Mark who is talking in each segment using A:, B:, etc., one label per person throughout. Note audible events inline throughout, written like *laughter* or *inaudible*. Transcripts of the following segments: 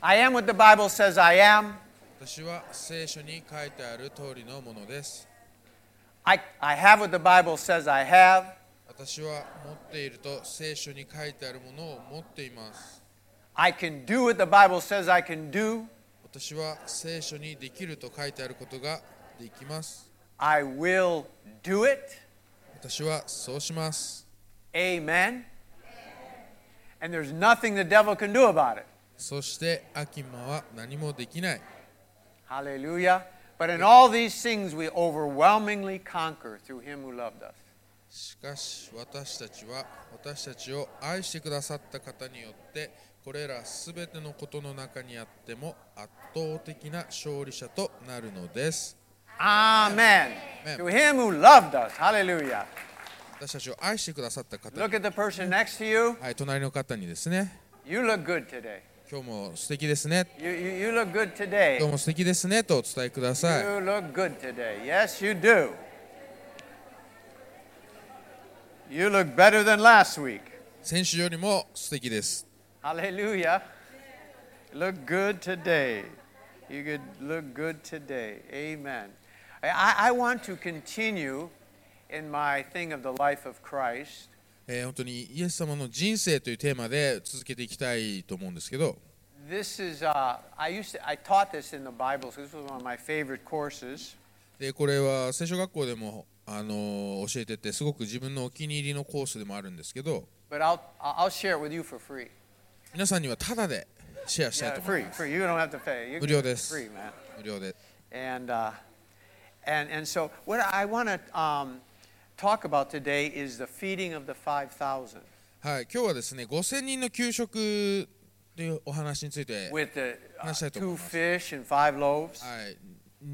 A: I am what the Bible says I am.
B: 私は聖書に書いてある通りのものです。
A: I, I have what the Bible says I have.
B: 私は持っていると聖書に書いてあるものを持っています。
A: I can do what the Bible says I can do.
B: 私は聖書にできると書いてあることができます。
A: I will do it.
B: 私はそうします。
A: Amen. And there's nothing the devil can do about it.
B: そして悪魔は何もできない。
A: Hallelujah. But in all these things, we overwhelmingly conquer through him who loved us.
B: しかし私たちは私たちを愛してくださった方によってこれらすべてのことの中にあっても圧倒的な勝利者となるのです。
A: Amen.
B: Amen.
A: To him who loved us. Hallelujah.
B: 私たちを愛してくださった方
A: Look at the person next to you.
B: はい、隣の方にですね、
A: You look good today.
B: 今日も素敵ですね、
A: You, you, you look good today.
B: 今日も素敵ですねとお伝えください。
A: You look good today. Yes, you do. You look better than last week.
B: 先週よりも素敵です。
A: Hallelujah. Look good today. You could look good today. Amen. I- I, I want to continue in my thing of the life of Christ.
B: えー本当にイエス様の人生というテーマで続けていきたいと思うんですけど、
A: This is uh, I used to, I taught this in the Bible. So this was one of my favorite courses.
B: でこれは聖書学校でも、あのー教えてて、すごく自分のお気に入りのコースでもあるんですけど、
A: But I'll I'll share it with you for free.
B: 皆さんにはタダでシェアしたい
A: Yeah,
B: と思
A: free,
B: います。
A: free. You don't have to pay. You
B: 無
A: can
B: 料
A: do
B: で
A: it
B: す。
A: free, man.
B: 無料で。
A: And, uh, and, and so, what I want to um, talk about today is the feeding of the 5,000
B: はい、今日はですね、5000人の給食というお話について、
A: with the uh,
B: Nice item,
A: two
B: nice.
A: fish and five loaves.
B: はい、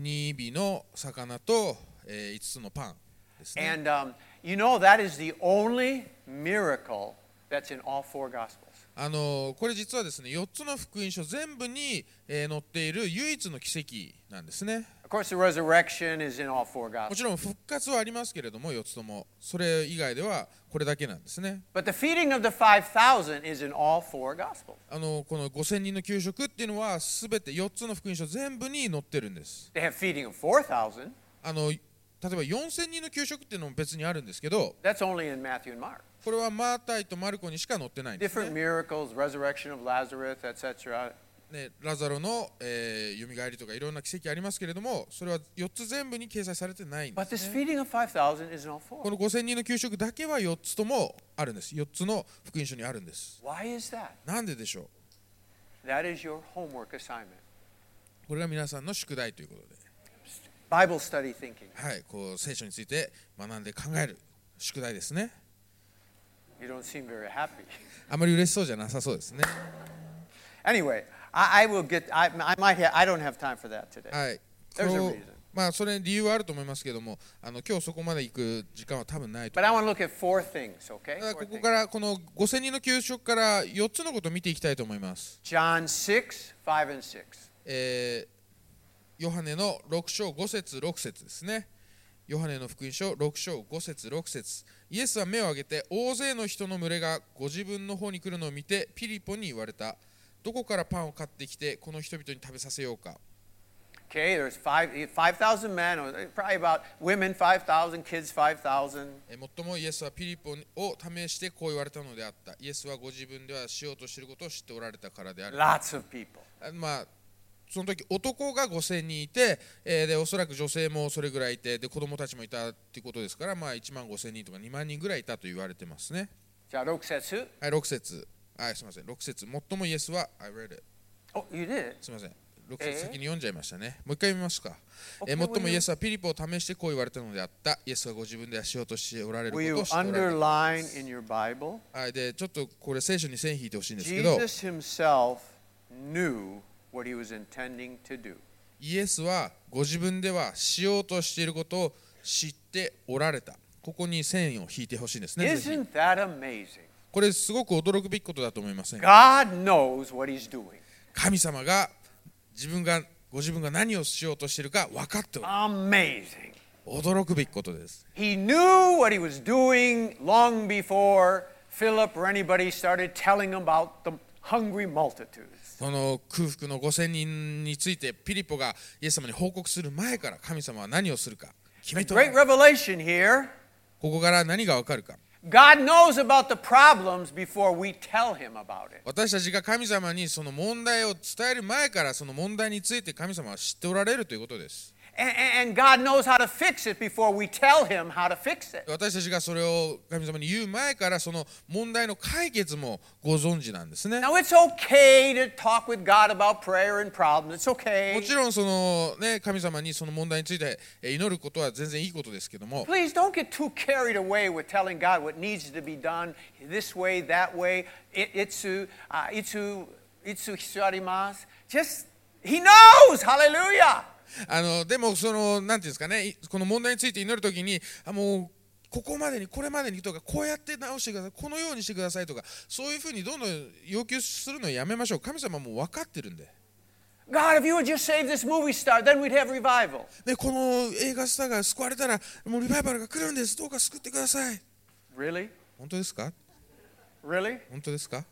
B: 2尾の魚と、え5つのパンですね。
A: And um, you know, that is the only miracle that's in all four Gospels.
B: あのこれ実はですね4つの福音書全部に、えー載っている唯一の奇跡なんですね
A: Of course, the resurrection is in all four
B: も
A: Gospels.
B: ちろん復活はありますけれども4つともそれ以外ではこれだけなんですね
A: But the feeding of the 5,000 is in all four Gospels.
B: あのこの5000人の給食っていうのは全て4つの福音書全部に載ってるんです
A: They have feeding of 4,000.
B: あの例えば4000人の給食っていうのも別にあるんですけど
A: That's only in Matthew and Mark.
B: これはマータイとマルコにしか載ってないんです、
A: Different
B: ね
A: miracles, resurrection of Lazarus, etc.
B: ね、ラザロの、えー、蘇りとかいろんな奇跡ありますけれどもそれは4つ全部に掲載されてないんです
A: But this feeding of 5,000 is in all four.
B: この5000人の給食だけは4つともあるんです4つの福音書にあるんです
A: Why is that?
B: なんででしょう
A: That is your homework assignment.
B: これが皆さんの宿題ということで
A: Bible study thinking.
B: はいこう聖書について学んで考える宿題ですね
A: You don't seem very happy. *laughs*
B: あまり嬉しそうじゃなさそうですね
A: Anyway, I, I will get. I, I might. Ha- I don't have time for that today.
B: はい
A: There's a
B: こう
A: reason.
B: まあそれに理由はあると思いますけどもあの今日そこまで行く時間は多分ないと
A: But I want to look at four things. Okay.
B: ただ
A: Four
B: ここ
A: things.
B: からこの5000人の給食から4つのことを見ていきたいと思います、
A: John six five and six.
B: えーヨハネの6章5節6節ですねヨハネの福音書6章5節6節イエスは目を上げて大勢の人の群れがご自分の方に来るのを見てピリポに言われたどこからパンを買ってきてこの人々に食べさせようか
A: Okay. There's five eh, five thousand men, or eh, probably about women five thousand, kids five thousand.
B: えーもっともイエスはピリポを試してこう言われたのであったイエスはご自分ではしようとしていることを知っておられたからである
A: Lots of people.
B: あまあその時男が5000人いて、えーでおそらく女性もそれぐらいいてで子供たちもいたっていうことですから、まあ、1万5000人とか2万人ぐらいいたと言われてますね、
A: じゃあ、六節。
B: はい、6節はいすみません6節最もイエスは I read it
A: Oh, you did it.
B: すみません6
A: えー
B: 節先に読んじゃいましたね、もう一回読みますか、
A: Okay,
B: えー
A: will
B: 最もイ
A: you-
B: エスはピリポを試してこう言われたのであったイエスはご自分ではしようとしておられるこ
A: Will you
B: とを知っておられたからで
A: underline
B: す
A: in your Bible?
B: はい、でちょっとこれ聖書に線引いてほしいんですけど
A: Jesus himself knew what he was intending to do.
B: イエスはご自分ではしようとしていることを知っておられた。ここに線を引いてほしいんですね。ぜひ
A: Isn't that amazing?
B: これすごく驚くべきことだと思いませんか
A: God knows what he's doing.
B: 神様が自分がご自分が何をしようとしているか分かっておる
A: Amazing.
B: 驚くべきことです。
A: He knew what he was doing long before Philip or anybody started telling him about the hungry multitudes. です。
B: その空腹の5000人についてピリポがイエス様に報告する前から神様は何をするか決めておら
A: Great
B: れる
A: revelation here.
B: ここから何がわかるか
A: God knows about the problems before we tell him about it.
B: 私たちが神様にその問題を伝える前からその問題について神様は知っておられるということです
A: And, and and God knows how to fix it before we tell him how to fix it.
B: 私たちがそれを神様に言う前からその問題の解決もご存知なんですね
A: Now, it's okay to talk with God about prayer and problems. It's
B: も
A: okay.
B: ちろんその、ね、神様にその問題についてえー祈ることは全然いいことですけども
A: Please don't get too carried away with telling God what needs to be done this way, that way. It- Itsu, uh, itsu, itsu hisarimasu. Just, He knows. Hallelujah.
B: あのでもそのなんていうんですかねいこの問題について祈るときにあもうここまでにこれまでにとかこうやって直してくださいこのようにしてくださいとかそういうふうにどんどん要求するのをやめましょう神様もう分かってるんで、
A: God, if you would just save this movie star, then we'd have revival.
B: ね、この映画スターが救われたらもうリバイバルが来るんですどうか救ってください
A: Really?
B: 本当ですか
A: Really?
B: 本当ですか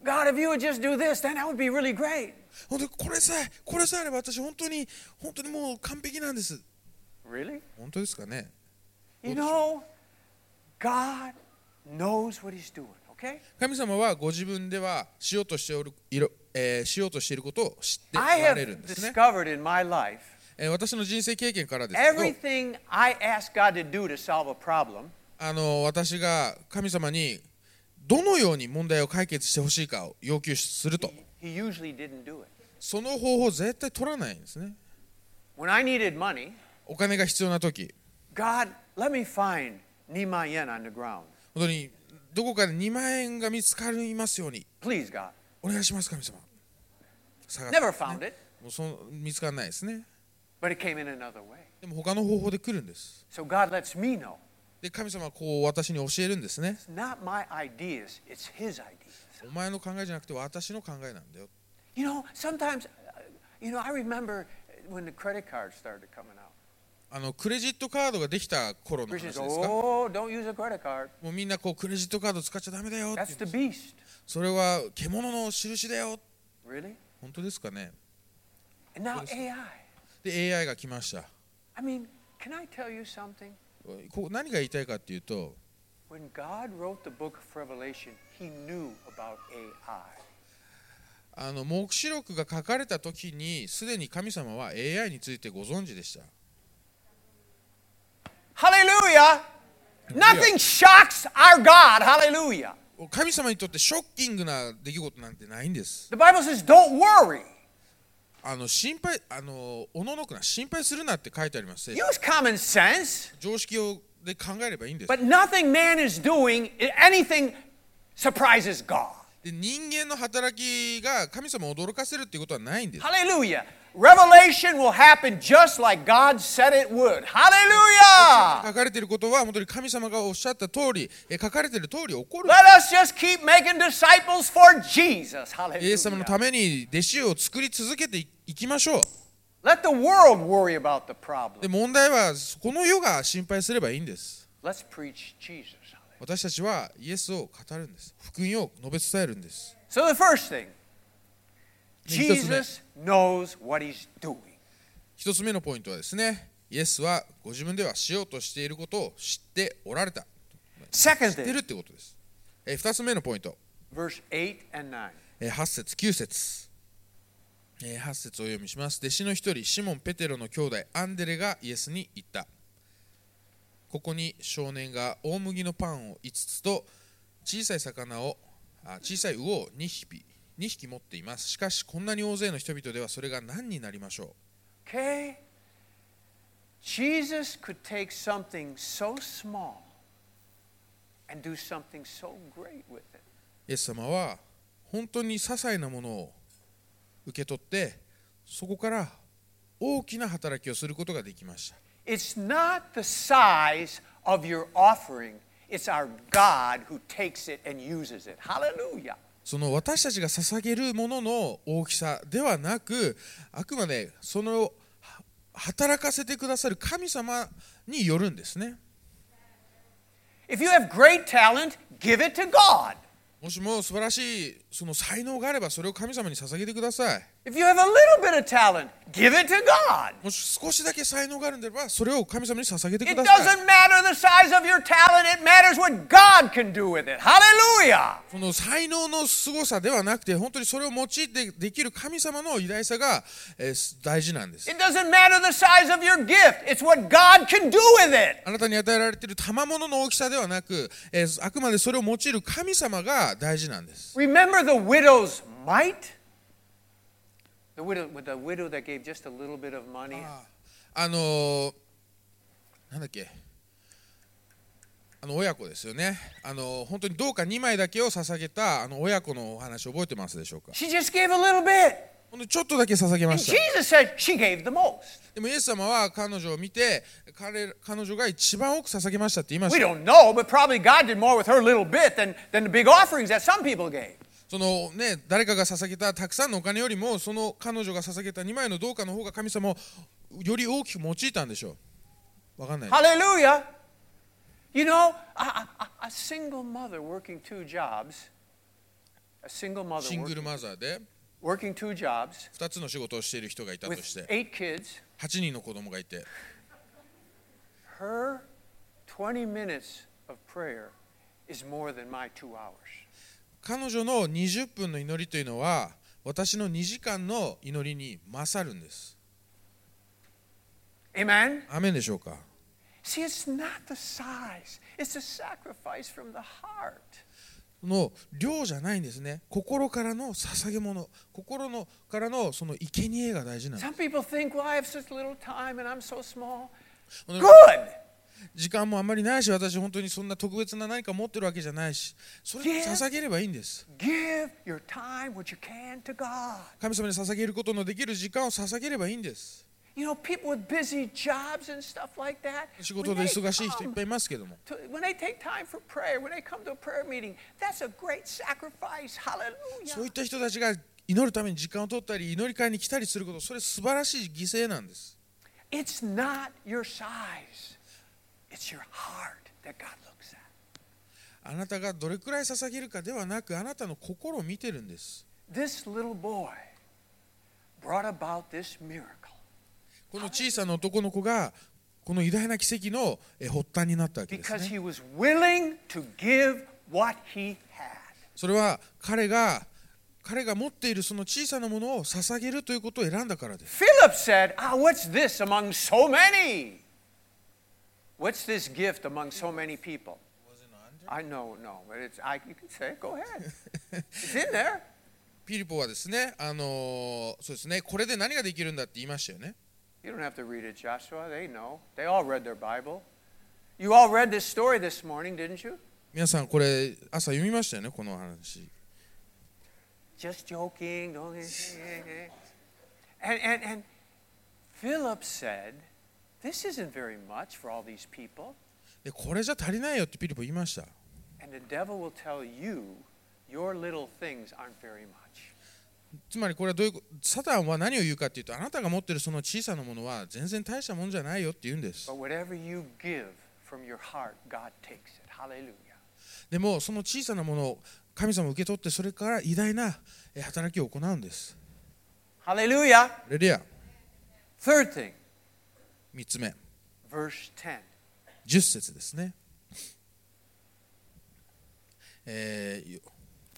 A: God, if you would just do this, then that would be really great.
B: 本当にこれさえこれさえあれば私本当に本当にもう完璧なんです
A: Really?
B: 本当ですかね
A: You
B: Well,
A: know, God knows what He's doing, okay?
B: 神様はご自分ではしようとしておるいろ、えーしようとしていることを知ってお
A: I
B: られるん
A: have
B: ですね、
A: discovered in my life
B: えー私の人生経験からですけど
A: everything I ask God to do to solve a problem,
B: あの私が神様にどのように問題を解決してほしいかを要求すると
A: He usually didn't do it.
B: その方法を絶対取らないんですね
A: When I needed money,
B: お金が必要な時
A: God, let me find Nima yen on the ground.
B: 本当にどこかで2万円が見つかりますように
A: Please, God.
B: お願いします神様探す
A: Never found it,
B: もうその見つからないですね
A: but it came in another way.
B: でも他の方法で来るんです
A: So God lets me know.
B: で神様はこう私に教えるんですね
A: It's not my ideas, it's His ideas.
B: お前の考えじゃなくて私の考えなんだよ
A: You know, sometimes, uh, you know, I remember when the credit cards started coming out.
B: あのクレジットカードができた頃の話で
A: Christians
B: す
A: go,
B: かも
A: oh, don't use a credit card.
B: うみんなこうクレジットカード使っちゃダメだよって
A: That's
B: 言う
A: the
B: んです
A: beast.
B: それは獣の印だよ
A: Really?
B: 本当ですかね
A: And now
B: What is it?
A: AI.
B: で AI が来ました
A: I mean, can I tell you something?
B: こう何が言いたいかっていうと
A: When God wrote the book of Revelation, he knew about AI.
B: あの黙示録が書かれた時にすでに神様は AI についてご存知でした
A: Hallelujah! Nothing shocks our God. Hallelujah.
B: 神様にとってショッキングな出来事なんてないんです
A: The Bible says, don't worry.
B: あの心配あのおののくな心配するなって書いてありますね
A: Use common sense,
B: 常識をで考えればいいんです
A: but nothing man is doing, anything surprises God.
B: で人間の働きが神様を驚かせるっていうことはないんです
A: Hallelujah. Revelation will happen just like God said it would. Hallelujah.
B: 書かれていることは本当に神様がおっしゃった通りえ書かれている通り起こる
A: Let us just keep making disciples for Jesus.
B: イエス様の
A: Hallelujah.
B: ために弟子を作り続けていいきましょ
A: Let the world worry about the
B: うで
A: problem.
B: 問題はこの世が心配すればいいんです
A: Let's preach Jesus.
B: 私たちはイエスを語るんです福音を述べ伝えるんです
A: So the first thing,
B: Next, doesn't
A: Jesus knows what he's doing.
B: 一つ目のポイントはですねイエスはご自分ではしようとしていることを知っておられた
A: Second
B: 知ってる
A: thing,
B: ってことですえ二つ目のポイント
A: verse 8 and 9.
B: えー8節9節えー8節をお読みします弟子の一人シモン・ペテロの兄弟アンデレがイエスに言ったここに少年が大麦のパンを5つと小さい魚をあ小さい魚を2匹2匹持っていますしかしこんなに大勢の人々ではそれが何になりましょ
A: Okay? Jesus could take something so small and do something so great with it.
B: うイエス様は本当に些細なものを受け取ってそこから大きな働きをすることができました
A: It's not the size of your offering, it's our God who takes it and uses it. Hallelujah.
B: その私たちが捧げるものの大きさではなくあくまでそのは働かせてくださる神様によるんですね
A: If you have great talent, give it to God.
B: もしも素晴らしいその才能があればそれを神様に捧げてください
A: If you have a little bit of talent, give it to God.
B: もし少しだけ才能があるんであればそれを神様に捧げてく
A: It
B: ださい
A: doesn't matter the size of your talent, it matters what God can do with it. Hallelujah!
B: その才能の凄さではなくて本当にそれを用いてできる神様の偉大さが、えー大事なんです
A: It doesn't matter the size of your gift, it's what God can do with it.
B: あなたに与えられている賜物の大きさではなく、えーあくまでそれを用いる神様が大事なんです
A: Remember the widow's mite? The widow, with the widow that gave just a little bit of money.
B: あのーなんだっけあの親子ですよねあのー本当にどうか2枚だけを捧げたあの親子のお話覚えてますでしょうか
A: She just gave a little bit.
B: ほんとちょっとだけ捧げま
A: And
B: した
A: Jesus said she gave the most.
B: でもイエス様は彼女を見て彼彼女が一番多く捧げましたって言いま
A: We
B: した
A: don't know, but probably God did more with her little bit than, than the big offerings that some people gave.
B: そのね誰かが捧げたたくさんのお金よりもその彼女が捧げた2枚の銅貨の方が神様をより大きく用いたんでしょうわかんない
A: Hallelujah. You know, a, a- a single mother working two jobs, a single mother
B: シング
A: work,
B: ルマザーで
A: working two jobs
B: 2つの仕事をしている人がいたと
A: with
B: して
A: eight kids,
B: 8人の子供がいて
A: her 20 minutes of prayer is more than my two hours.
B: 彼女の20分の祈りというのは私の2時間の祈りに勝るんです。
A: Amen?
B: アーメンでしょうか
A: See, it's not the size, it's a sacrifice from the heart.
B: その量じゃないんですね。心からの捧げ物、心のからのその生贄が大事なんで
A: Some people think, well, I have such little time and I'm so small.
B: すこの
A: Good!
B: 時間もあんまりないし、私本当にそんな特別な何か持ってるわけじゃないし、それを捧げればいいんです。
A: Give your time, what you can, to God.
B: 神様に捧げることのできる時間を捧げればいいんです。
A: You know, people with busy jobs and stuff like that.
B: 仕
A: When
B: 事
A: they,
B: で忙しい人いっ
A: come
B: ぱいいますけども、
A: to, when they take time for prayer, when they come to a prayer meeting, that's a great sacrifice.
B: そうい
A: Hallelujah.
B: った人たちが祈るために時間を取ったり、祈り会に来たりすること、それ素晴らしい犠牲なんです。
A: It's not your size, it's your heart that God looks at.
B: あなたがどれくらい捧げるかではなくあなたの心を見てるんです。
A: This little boy brought about this miracle.
B: この小さな男の子がこの偉大な奇跡のえ発端になったわけです
A: Because
B: ね。
A: he was willing to give what he had.
B: それは彼が彼が持っているその小さなものを捧げるということを選んだからです。
A: Philip said, Ah, what's this among so many? What's this gift among so many people? I know, no, but it's, I, you can say it. Go ahead. It's in there.
B: ピリポはですね、あのーそうですね、これで何ができるんだって言いましたよね。
A: You don't have to read it, Joshua. They know. They all read their Bible. You all read this story this morning, didn't you?
B: 皆さんこれ朝読みましたよね、この話。
A: Just joking. Don't *laughs* and, and, and Philip said, This isn't very much for all these people.
B: でこれじゃ足りないよってピリポ言いました。
A: And the devil will tell you your little things aren't very much.
B: つまりこれはどういうこサタンは何を言うかっていうとあなたが持っているその小さなものは全然大したもんじゃないよって言うんです
A: But whatever you give from your heart, God takes it. Hallelujah.
B: でもその小さなものを神様を受け取ってそれから偉大なえ働きを行うんです
A: Hallelujah.
B: ハレルヤ
A: Third thing,
B: 3つ目
A: verse 10.
B: 10節ですね、えーヨ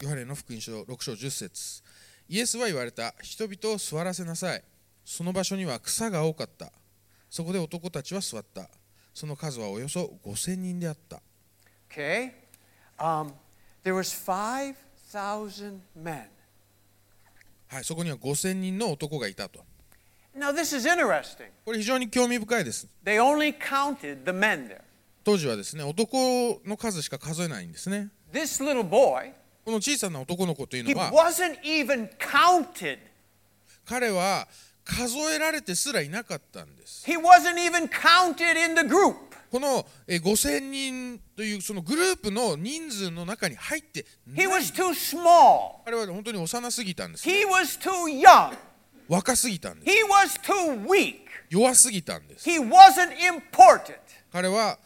B: ヨハネの福音書6章10節イエスは言われた人々を座らせなさいその場所には草が多かったそこで男たちは座ったその数はおよそ5000人であった
A: Okay? Um, there was 5,000 men.
B: はい、そこには5000人の男がいたと。
A: Now this is interesting.
B: これ非常に興味深いです。
A: They only counted the men there.
B: 当時はですね、男の数しか数えないんですね。
A: This little boy,
B: この小さな男の子という
A: he
B: のは、
A: wasn't even counted.
B: 彼は数えられてすらいなかったんです。
A: He wasn't even counted in the group.
B: このえー5000人というそのグループの人数の中に入ってな
A: He
B: い
A: was too small.
B: 彼は本当に幼すぎたんです。
A: He was too young.
B: 若すぎたんです。
A: He was too weak.
B: 弱すぎたんです。
A: He wasn't important.
B: 彼は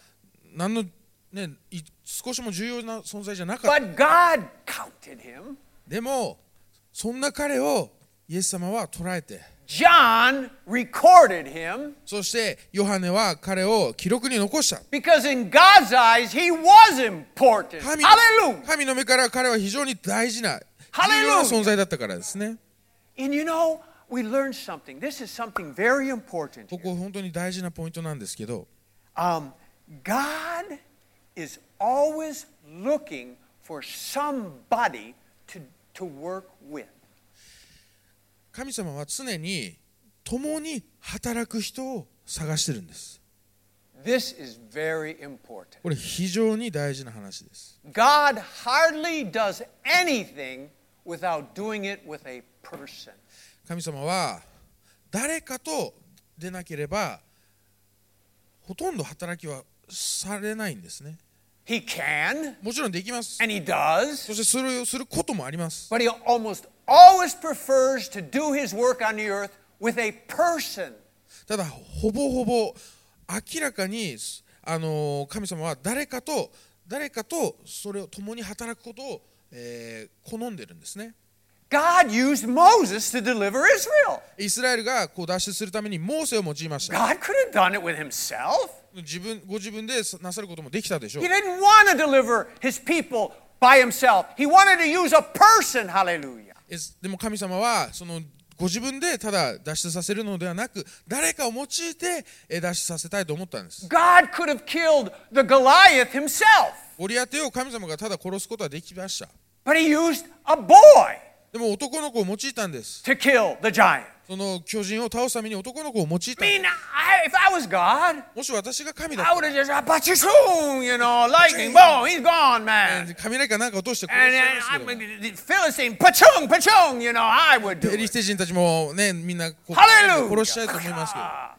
B: 何のね、い少しも重要な存在じゃなかった。
A: But God counted him.
B: でも、そんな彼をイエス様は捉えて、
A: John recorded him
B: そしてヨハネは彼を記録に残した。
A: because in God's eyes he was important.
B: 神
A: Hallelujah.
B: 神の目から彼は非常に大事な、重
A: ハレルヤ
B: 要な存在だったからですね。
A: And you know, we learned something. This is something very important.
B: こ
A: here.
B: こ本当に大事なポイントなんですけど、
A: Um, God is always looking for somebody to, to work with.
B: 神様は常に共に働く人を探してるんです。
A: This is very important.
B: これ非常に大事な話です。
A: God hardly does anything without doing it with a person.
B: 神様は誰かとでなければほとんど働きはされないんですね。
A: He can
B: もちろんできます。
A: and he
B: そ
A: does,
B: してそれをすることもあります。
A: but he almost always prefers to do his work on the earth with a person.
B: ただほぼほぼ明らかにあの神様は誰かと誰かとそれを共に働くことを、えー好んでるんですね。
A: God used Moses to deliver Israel.
B: イスラエルがこう脱出するためにモーセを用いました。
A: God could have done it with himself.
B: 自分ご自分でなさることもできたでしょう
A: He。didn't want to deliver his people by himself. He wanted to use a person. Hallelujah.
B: えでも神様はそのご自分でただ脱出させるのではなく誰かを用いてえ脱出させたいと思ったんです
A: God could have killed the Goliath himself,
B: ゴリアテを神様がただ殺すことはできました
A: but he used a boy
B: でも男の子を用いたんです
A: to kill the giant.
B: その巨人を倒すために男の子を用いた
A: I mean, I, if I was God,
B: もし私が神だっ
A: I would
B: た
A: have just, "Apachichoo," you know, lightning, boom, he's gone,
B: ら
A: man.
B: 雷かなんか落として殺
A: And
B: し
A: uh,
B: た
A: I
B: んですけど
A: mean, the Philistine, pachung, pachung, you know, I would do
B: ペリ
A: it.
B: シテ人たちもねみんなこう殺しちゃうと思いますけど
A: Hallelujah.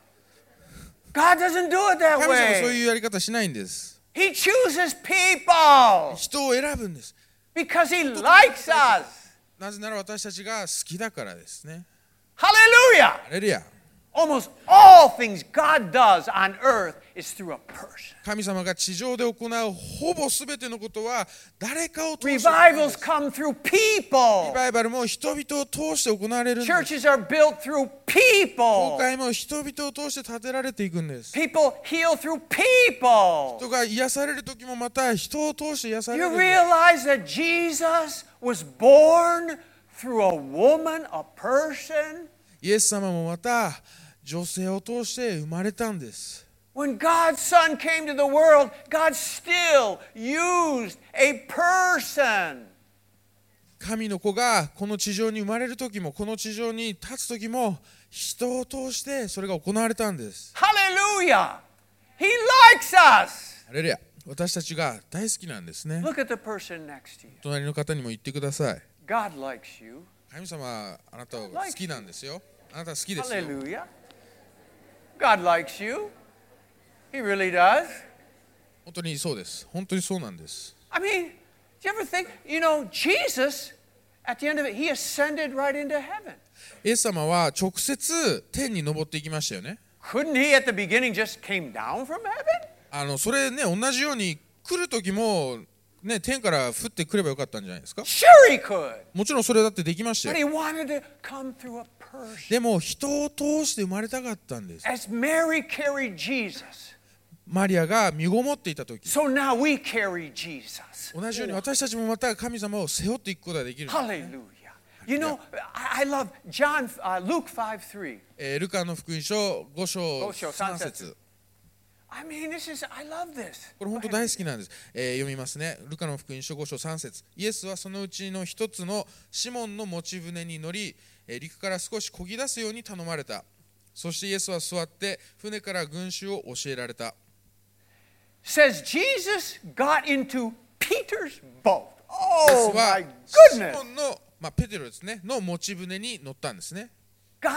A: God doesn't do it that
B: 神様はそう
A: way.
B: いうやり方しないんです
A: He chooses people
B: 人を選ぶんです
A: because he likes us.
B: なぜなら私たちが好きだからですね
A: Hallelujah.
B: ハレルヤ
A: Almost all things God does on earth is through a person.
B: 神様が地上で行うほぼ全てのことは誰かを通して行われる
A: Revivals come through
B: リ
A: people.
B: バイバルも人々を通して行われるんです
A: Churches are built through
B: 教
A: people.
B: 会も人々を通して建てられていくんです
A: People heal through people.
B: 人が癒される時もまた人を通して癒されるん
A: You
B: で
A: realize
B: す
A: that Jesus was born through a woman, a person?
B: イエス様もまた女性を通して生まれたんです
A: When God's Son came to the world, God still used a person.
B: 神の子がこの地上に生まれる時もこの地上に立つ時も人を通してそれが行われたんです
A: Hallelujah! He likes us.
B: ハレルヤ私たちが大好きなんですね
A: Look at the person next to you.
B: 隣の方にも言ってください
A: God likes you.
B: 神様あなたを好きなんですよあなた好きですよ
A: Hallelujah. God likes you. He really does.
B: 本当にそうです本当にそうなんです
A: I mean, do you ever think, you know, Jesus, at the end of it, he ascended right into heaven.
B: イエス様は直接天に登っていきましたよね
A: Couldn't he at the beginning just came down from heaven?
B: あのそれね同じように来る時もね天から降ってくればよかったんじゃないですか
A: Sure he could.
B: もちろんそれだってできました
A: But
B: よ
A: he wanted to come through a person.
B: でも人を通して生まれたかったんです
A: As Mary carried Jesus,
B: マリアが身ごもっていた時
A: so now we carry Jesus.
B: 同じように私たちもまた神様を背負っていくことができる、
A: Hallelujah. You know, I, I love John, uh, Luke 5 3.
B: えールカの福音書5章
A: 5章
B: 3
A: 3
B: 節
A: 節 I mean, this is, I love this.
B: これ本当大好きなんです、えー読みますね。ルカの福音書5章3節イエスはそのうちの一つのシモンの持ち船に乗り、えー陸から少しこぎ出すように頼まれた。そしてイエスは座って船から群衆を教えられた。
A: Says Jesus got into Peter's boat.
B: イエス
A: Oh
B: は
A: my
B: シモ
A: goodness.
B: ンの、まあ、ペテロですね、の持ち船に乗ったんですね。
A: God,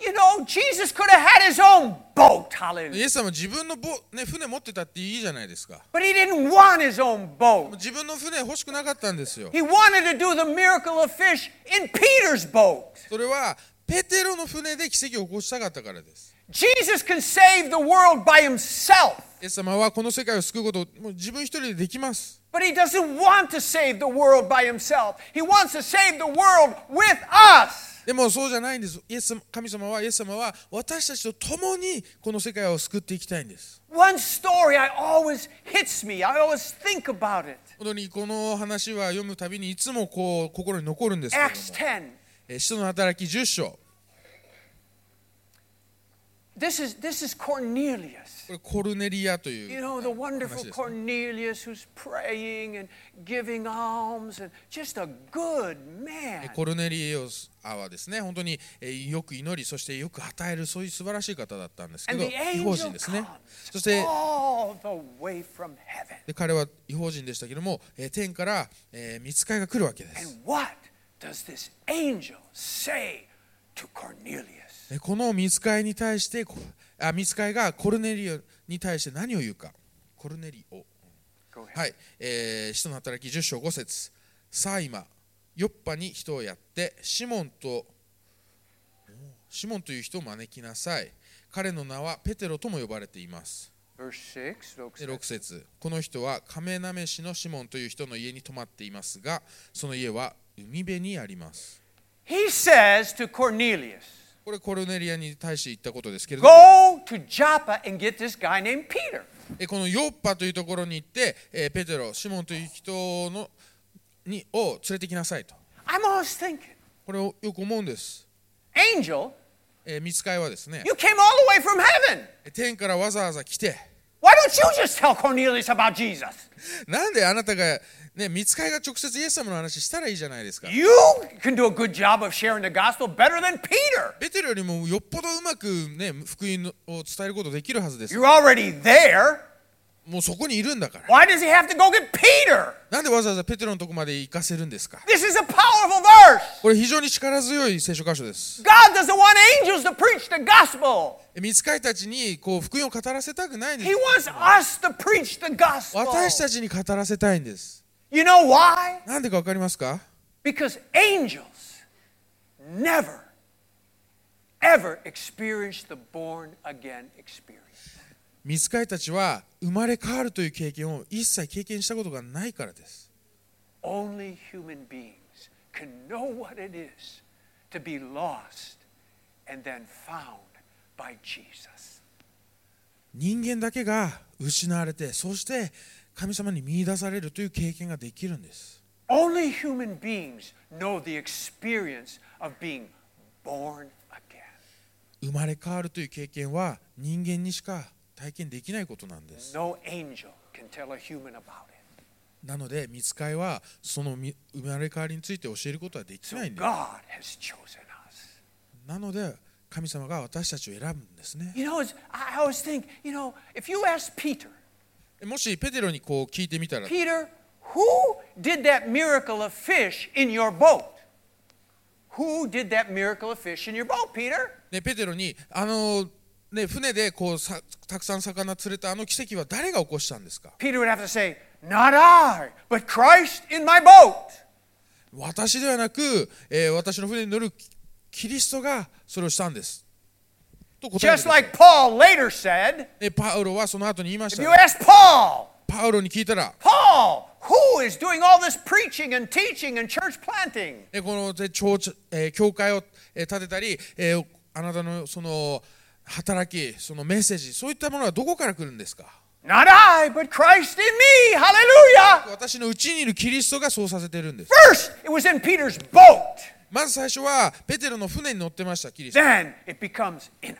A: you know, Jesus could have had his own boat.
B: イ
A: Hallelujah.
B: エス様自分のボ、ね、船持ってたっていいじゃないですか。
A: But he didn't want his own boat.
B: 自分の船欲しくなかったんですよ。
A: He wanted to do the miracle of fish in Peter's boat.
B: それはペテロの船で奇跡を起こしたかったからです。
A: Jesus can save the world by himself,
B: イエス様はこの世界を救うことをもう自分一人でできます。
A: but he doesn't want to save the world by himself. He wants to save the world with us.
B: でもそうじゃないんです。イエス様神様はイエス様は私たちと共にこの世界を救っていきたいんです。
A: One story I always hits me. I always think about it.
B: 本当にこの話は読むたびにいつもこう心に残るんですけれど
A: Acts
B: も、
A: 10.
B: えー使徒の働き10章、
A: This is this is Cornelius.
B: これコルネリアとい
A: You
B: う
A: know, the wonderful
B: 話ですね、
A: Cornelius who's praying and giving alms and just a good
B: え
A: man.
B: ーコルネリオスアはですね、本当にえーよく祈り、そしてよく与える、そういう素晴らしい方だったんですけ
A: And
B: ど、
A: the
B: 違法
A: angel
B: 人ですね
A: comes。
B: そして、
A: all the way from heaven.
B: で彼は違法人でしたけども、えー天から、えー、見つかいが来るわけです
A: And。what does this angel say to Cornelius?
B: でこの見つかいに対してこあ見つかいがコルネリオに対して何を言うかコルネリオ
A: Go ahead.
B: はい、えー、使徒の働き10章5節さあ今ヨッパに人をやってシモンとおーシモンという人を招きなさい彼の名はペテロとも呼ばれています
A: Verse 6. 6
B: で6節この人は亀メ市のシモンという人の家に泊まっていますがその家は海辺にあります
A: He says to Cornelius,
B: これコルネリアに対して言ったことですけれども
A: Go to Joppa and get this guy named Peter.
B: えこのヨッパというところに行って、えーペテロ、シモンという人のにを連れてきなさいと、
A: I'm always thinking,
B: これをよく思うんです。
A: Angel,
B: えー、見つかいはですね、
A: you came all the way from heaven.
B: 天からわざわざ来て、
A: Why don't you just tell Cornelius about Jesus?
B: なんであなたが、ね、見つかいが直接イエス様の話したらいいじゃないですか。
A: You can do a good job of sharing the gospel better than Peter.
B: ペテロよりもよっぽどうまく、ね、福音のを伝えることできるはずです。
A: You're already there.
B: もうそこにいるんだから。
A: Why does he have to go get Peter?
B: なんでわざわざペテロのとこまで行かせるんですか。
A: This is a powerful verse.
B: これ非常に力強い聖書箇所です。
A: God doesn't want angels to preach the gospel.
B: え見つかいたちにこう福音を語らせたくないんです
A: He。wants us to preach the gospel.
B: 私たちに語らせたいんです。
A: You know why?
B: なんでかわかりますか
A: Because angels never, ever experience the born again experience.
B: 見つかいたちは生まれ変わるという経験を一切経験したことがないからです。
A: Only human beings can know what it is to be lost and then found by Jesus.
B: 人間だけが失われて、そして神様に見出されるという経験ができるんです。
A: Only human beings know the experience of being born again.
B: 生まれ変わるという経験は人間にしか体験できないことなんです。
A: No angel can tell a human about it.
B: なので、見つかいはそのみ生まれ変わりについて教えることはでき
A: So
B: ないんです。
A: God has chosen us.
B: なので、神様が私たちを選ぶんですね。
A: You know, it's, I I always think, you know, if you ask Peter,
B: もしペテロにこう聞いてみたら、
A: Peter, who did that miracle of fish in your boat? Who did that miracle of fish in your boat, Peter?
B: ね、ペテロに、あのね、船でこうさたくさん魚釣れたあの奇跡は誰が起こしたんですか
A: Peter would have to say, Not I, but Christ in my boat.
B: 私ではなく、えー私の船に乗るキキリストがそれをしたんです。と答えて
A: Just
B: ください
A: like Paul later said,
B: ね、パウロはその後に言いまし
A: if
B: た、
A: you ask Paul,
B: パウロに聞いたら、
A: Paul, who is doing all this preaching and teaching and church planting?
B: ね、こので町長えー教会を、えー建てたり、えーあなたのその働き、そのメッセージ、そういったものはどこから来るんですか
A: Not I, but Christ in me. Hallelujah.
B: 私のうちにいるキリストがそうさせてるんです。
A: First, it was in Peter's boat.
B: まず最初はペテロの船に乗ってました、キリスト。
A: Then it becomes in our lives.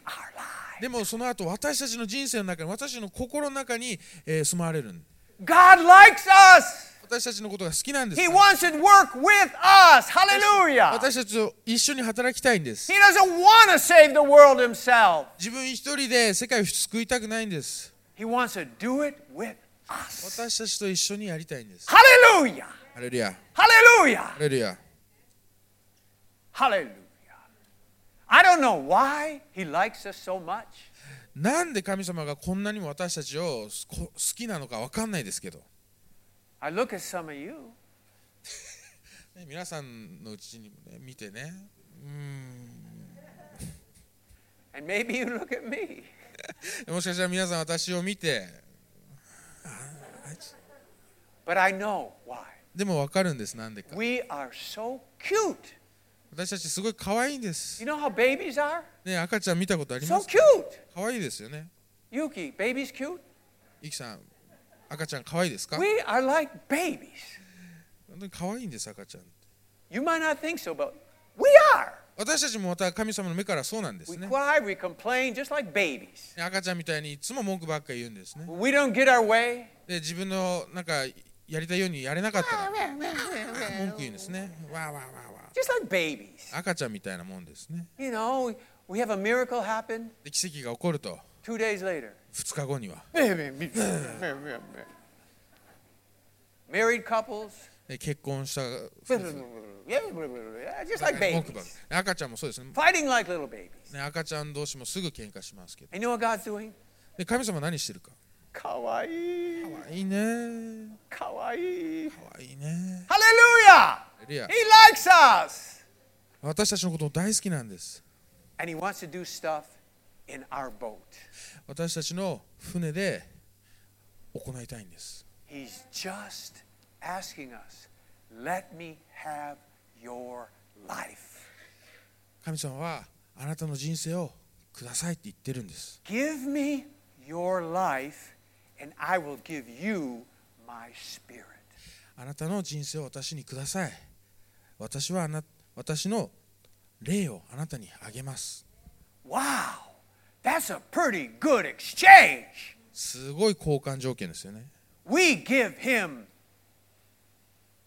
B: でもその後私たちの人生の中に私たちの心の中に、えー住まわれる
A: God likes us.
B: 私たちのことが好きなんです
A: He wants to work with us. Hallelujah.
B: 私たちと一緒に働きたいんです
A: He doesn't want to save the world himself.
B: 自分一人で世界を救いたくないんです
A: He wants to do it with us.
B: 私たちと一緒にやりたいんです
A: Hallelujah.
B: ハレルヤ
A: Hallelujah.
B: ハレルヤ
A: Hallelujah. I don't know why he likes us so much.
B: なんで神様がこんなにも私たちをすこ好きなのか分かんないですけど、
A: I look at some of you.
B: ね皆さんのうちに、ね、見てねうーん
A: And And maybe *laughs* you look at me.
B: もしかしたら皆さん私を見て
A: But I know why.
B: でも分かるんですなんでか
A: We are so cute.
B: 私たちすごい可愛いんです
A: You know how babies are?
B: ね赤ちゃん見たことありま
A: So
B: す
A: cute.
B: 可愛いですよね
A: Yuki, babies cute?
B: ゆきさん赤ちゃん可愛いですか
A: We are like babies.
B: 本当に可愛いんです赤ちゃん
A: You might not think so, but we are.
B: 私たちもまた神様の目からそうなんです
A: We
B: ね
A: cry, we complain, just like babies.
B: ね赤ちゃんみたいにいつも文句ばっかり言うんですね
A: When we don't get our way.
B: で自分のなんかやりたいようにやれなかったら文句言うんですねわーわーわーわ
A: Just like babies.
B: ー赤ちゃんみたいなもんですね
A: You know, we have a miracle happen
B: で奇跡が起こると
A: two days later.
B: 2日後には
A: Married couples.
B: ね結婚した夫婦
A: Just
B: ばっ
A: like
B: かり文句ばっか
A: babies.
B: り赤ちゃんもそうですね
A: Fighting like little babies.
B: ね赤ちゃん同士もすぐ喧嘩しますけど
A: And you know what God's doing?
B: で神様何してるか
A: Kawaii.
B: 可愛いね
A: Kawaii.
B: 可愛いね
A: Hallelujah!
B: いや
A: He likes us.
B: 私たちのこと大好きなんです
A: And he wants to do stuff in our boat.
B: 私たちの船で行いたいんです
A: He's just asking us, let me have your life.
B: 神様はあなたの人生をくださいって言ってるんです
A: Give me your life, and I will give you my spirit.
B: あなたの人生を私にください私はあな私の霊をあなたにあげます
A: Wow, that's a pretty good exchange.
B: すごい交換条件ですよね
A: We give him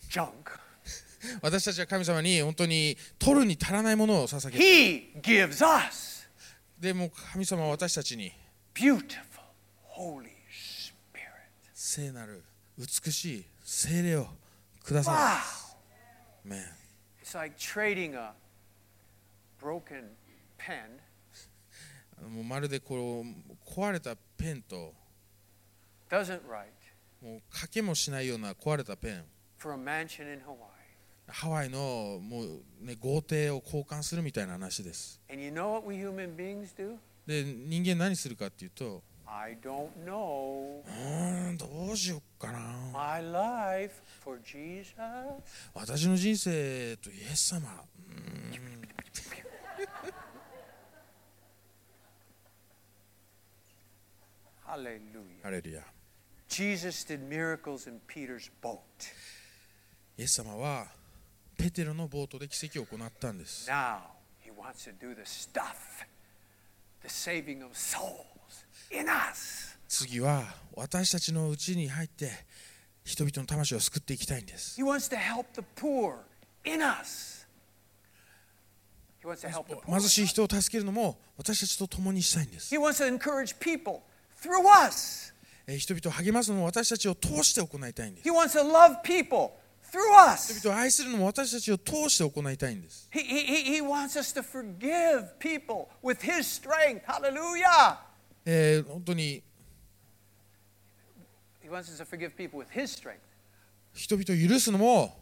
A: junk,
B: 私たちは神様に本当に取るに足らないものを捧げて
A: he gives us
B: でもう神様は私たちに
A: beautiful Holy Spirit.
B: 聖なる美しい聖霊をくださ
A: Wow.
B: いメン
A: It's like trading a broken pen
B: あのもうまるでこう壊れたペンと
A: doesn't write
B: もう書けもしないような壊れたペン
A: for a mansion in Hawaii.
B: ハワイのもう、ね、豪邸を交換するみたいな話です
A: And you know what we human beings do?
B: で人間何するかっていうと
A: I don't know
B: うーんどうしよっかな
A: my life for Jesus.
B: 私の人生とイエス様うーん
A: Hallelujah.
B: ハレルヤ
A: Jesus did miracles in Peter's boat.
B: イエス様はペテロのボートで奇跡を行ったんです
A: Now he wants to do the stuff, the saving of souls in us.
B: 次は私たちのうちに入って人々の魂を救っていきたいんです
A: He wants to help the poor in us. He wants to help the
B: 貧
A: poor.
B: しい人を助けるのも私たちと共にしたいんです
A: He wants to encourage people through us.
B: えー人々を励ますのも私たちを通して行いたいんです
A: He wants to love people through us.
B: 人々を愛するのも私たちを通して行いたいんです
A: He, he, he- he wants us to forgive people with His strength. Hallelujah.
B: えー本当に
A: He wants us to forgive people with His strength.
B: 人々を許すのも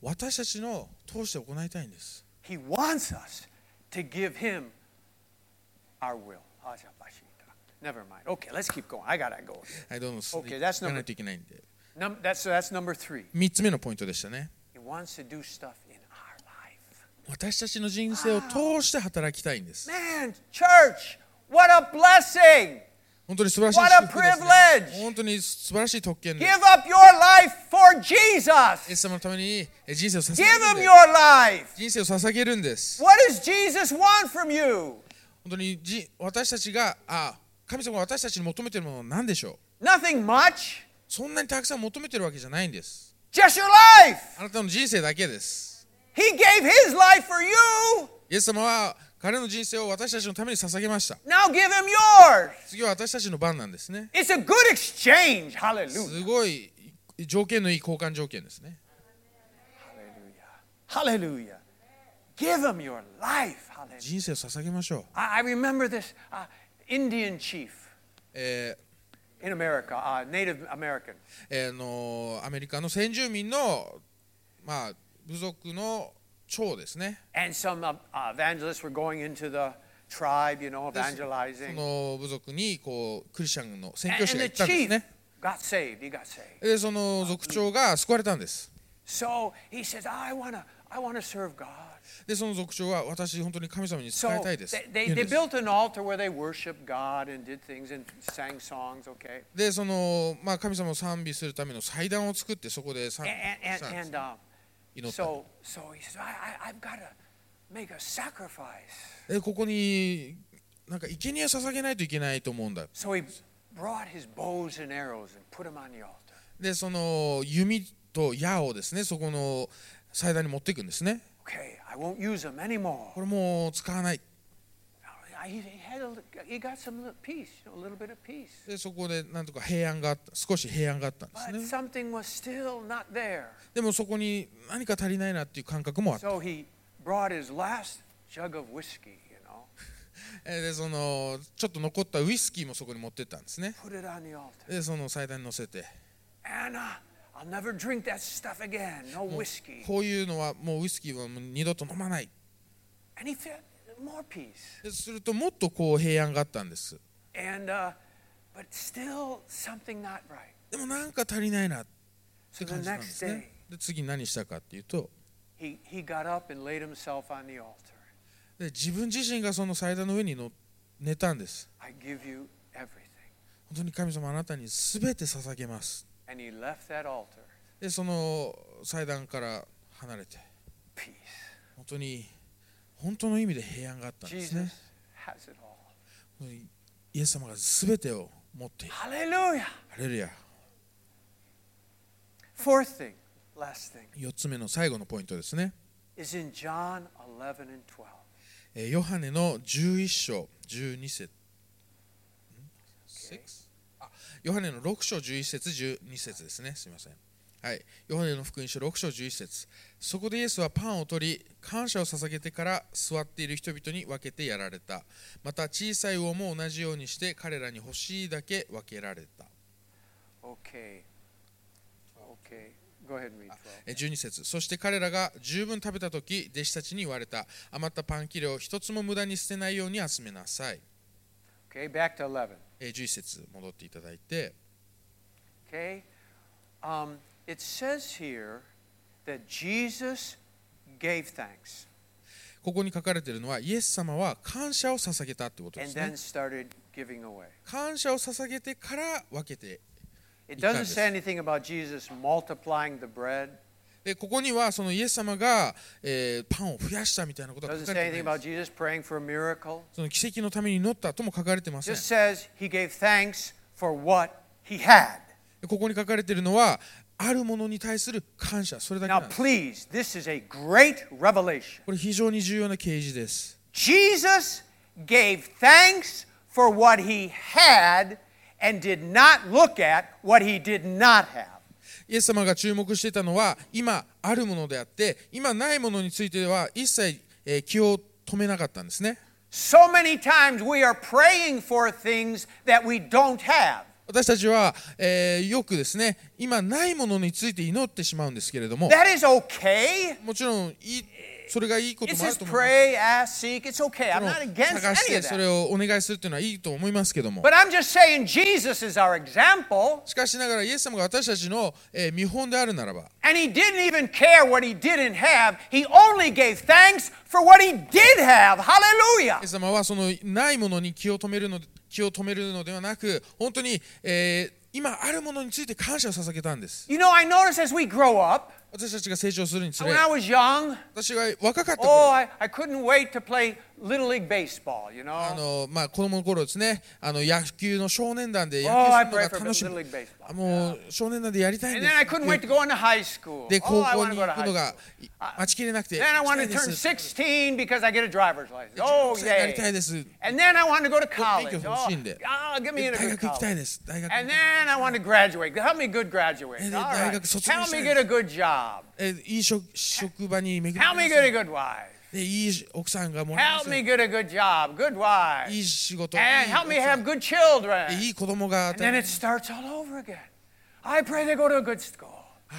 B: 私たちの通して行いたいんです
A: He wants us to give Him our will. Never mind. Okay, let's keep going. I gotta go.
B: はいどうもす
A: Okay,
B: 行
A: that's
B: かないといけないんで
A: Num- that's, so that's number three.
B: 3つ目のポイントでしたね
A: He wants to do stuff in our life.
B: 私たちの人生を通して働きたいんです
A: Man, church, what a blessing!
B: 本当に素晴らしい
A: What a
B: 祝福ですね
A: privilege!
B: 本当に素晴らしい特権です
A: Give up your life for
B: イエ
A: Jesus.
B: ス様のためにえ人生を捧げ
A: Give
B: るん
A: him
B: です
A: your life.
B: 人生を捧げるんです
A: What does Jesus want from you?
B: 本当にじ私たちがあ神様が私たちに求めているものは何でしょう
A: Nothing much,
B: そんなにたくさん求めてるわけじゃないんです
A: just your life.
B: あなたの人生だけです
A: He gave his life for you.
B: イエス様は彼の人生を私たちのために捧げました
A: Now give him yours.
B: 次は私たちの番なんですね
A: It's a good exchange. Hallelujah.
B: すごい条件のいい交換条件ですね
A: Hallelujah. Hallelujah. Give him your life. Hallelujah.
B: 人生を捧げましょう、
A: I, I remember this uh, Indian chief
B: え
A: in America, uh, Native American.
B: ーえーあのーアメリカの先住民のまあ部族の長ですね
A: And some uh, uh, evangelists were going into the tribe, you know,
B: でそ
A: evangelizing.
B: の部族にこうクリスチャンの宣教
A: And,
B: 師
A: and
B: が
A: the
B: 行った
A: chief
B: んですね
A: got saved. He got saved.
B: でその族長が救われたんです
A: So he says, I want to I wanna serve God.
B: でその族長は私本当に神様に仕
A: So
B: えたい
A: they,
B: です
A: they,
B: 言うん
A: they
B: です
A: built an altar where they worshiped God and did things and sang songs, okay?
B: でその、まあ、神様を賛美するための祭壇を作ってそこで賛
A: And,
B: 美
A: and,
B: したん
A: and,
B: で
A: and
B: す
A: um,
B: 祈った
A: so, so he says, I, I, I've got to make a sacrifice.
B: でここになんか生贄を捧げないといけないと思うんだ
A: So he brought his bows and arrows and put them on the altar.
B: でその弓と矢をですねそこの祭壇に持っていくんですね
A: Okay, I won't use them anymore.
B: これもう使わない
A: I- He, had a, he got some li- peace, you know, a little bit of peace.
B: でそこでなんとか平安があった少し平安があったんです
A: But
B: ね
A: something was still not there.
B: でもそこに何か足りないなっていう感覚もあった
A: So he brought his last jug of whiskey, you know,
B: えーでそのちょっと残ったウイスキーもそこに持ってったんですね
A: put it on the altar.
B: でその祭壇に乗せて
A: Anna, I'll never drink that stuff again. No
B: もう
A: whiskey.
B: こういうのはもうウイスキーはもう二度と飲まない
A: And he felt more peace.
B: でするともっとこう平安があったんです
A: And uh, but still something not right.
B: でもなんか足りないなっ
A: So
B: て
A: the
B: 感じたんで
A: next
B: す
A: day,
B: ねで次何したかっていうと
A: he, he got up and laid himself on the altar.
B: で自分自身がその祭壇の上にの寝たんです
A: I give you everything.
B: 本当に神様あなたに全て捧げます
A: And he left that altar.
B: でその祭壇から離れて
A: Peace.
B: 本当に本当の意味で平安があったんですね
A: Jesus has it all.
B: 本当にイエス様が全てを持っている
A: Hallelujah.
B: ハレルヤ
A: Fourth thing, last thing,
B: 4つ目の最後のポイントですね、
A: is in John 11 and 12.
B: えーヨハネの11章12節ん
A: Okay.
B: あヨハネの6章11節12節ですねすみませんはいヨハネの福音書6章11節そこでイエスはパンを取り感謝を捧げてから座っている人々に分けてやられたまた小さい魚も同じようにして彼らに欲しいだけ分けられた
A: Okay. Okay. Go ahead and read 12.
B: えー12節そして彼らが十分食べた時弟子たちに言われた余ったパン切れを一つも無駄に捨てないように集めなさい
A: Okay, back to 11.
B: えー11節戻っていただいて
A: Okay? Um, it says here that Jesus gave thanks
B: ここに書かれているのはイエス様は感謝を捧げたってことで
A: and
B: すね
A: then started giving away.
B: 感謝を捧げてから分けて
A: It
B: He
A: doesn't
B: done this.
A: say anything about Jesus multiplying the bread.
B: でここにはそのイエス様が、えーパンを増やしたみたいなことは書
A: doesn't
B: か
A: say
B: れ
A: anything
B: てない
A: about Jesus praying for a miracle.
B: その奇跡のために祈ったとも書かれてません
A: Just says he gave thanks for what he had.
B: でここに書かれているのはあるものに対する感謝それだけ
A: Now,
B: なんです
A: please, this is a great revelation.
B: これ非常に重要な啓示です
A: Jesus gave thanks for what he had and did not look at what he did not have.
B: イエス様が注目していたのは今あるものであって今ないものについては一切、えー気を止めなかったんですね
A: So many times we are praying for things that we don't have.
B: 私たちは、えーよくですね今ないものについて祈ってしまうんですけれども
A: That is okay.
B: もちろんいいそれがいいこと
A: It
B: もある
A: says
B: と思います
A: pray, ask, seek. It's okay. I'm
B: も
A: not
B: ち
A: against
B: ろん探し
A: any
B: て
A: of
B: そ
A: that.
B: れをお願いするというのはいいと思いますけども
A: But I'm just saying Jesus is our example,
B: しかしながらイエス様が私たちの、えー見本であるならば
A: and he didn't even care what he didn't have. He only gave thanks for what he did have. Hallelujah.
B: イエス様はそのないものに気を止めるの気を止めるのではなく本当に、えー今あるものについて感謝を捧げたんです
A: You know, I notice as we grow up,
B: 私たちが成長するにつれ
A: when I was young,
B: 私が若かった
A: oh,
B: 頃
A: I, I couldn't wait to play Little League Baseball, you
B: あ
A: know?
B: のまあ、子供の頃ですねあの野球の少年団で野
A: Oh, I
B: 球する
A: pray
B: のが
A: for
B: 楽し
A: Little
B: み
A: League
B: あ
A: Baseball.
B: もう少年団でやりたいん
A: And
B: で
A: then I couldn't wait to go into high school.
B: で
A: Oh,
B: 高
A: I
B: 校
A: want
B: に
A: to go to
B: 行く
A: high school.
B: のがい待ちきれなくて
A: Then I
B: 行
A: wanted
B: き
A: to
B: たい
A: turn
B: です
A: 16 because I get a driver's license. Oh,
B: 16になりたい
A: yay.
B: です
A: And then I wanted to go to college.
B: 勉強欲
A: Oh,
B: しいんで
A: ah, give me
B: で
A: in a
B: 大
A: good
B: 学行きたい
A: college.
B: です大学
A: And then I wanted to graduate. Help me good graduate. All
B: And then
A: right.
B: 大学卒業したい。
A: Help me get a good job.
B: えいい職職場に巡り
A: Help me get a good wife.
B: でいい奥さんがもらえま
A: Help
B: す
A: me get a good job. Good wife.
B: いい仕事いい
A: And help me
B: 奥さ
A: have
B: ん
A: good children.
B: でいい子供があ
A: And then it starts all over again. I pray they go to a good school.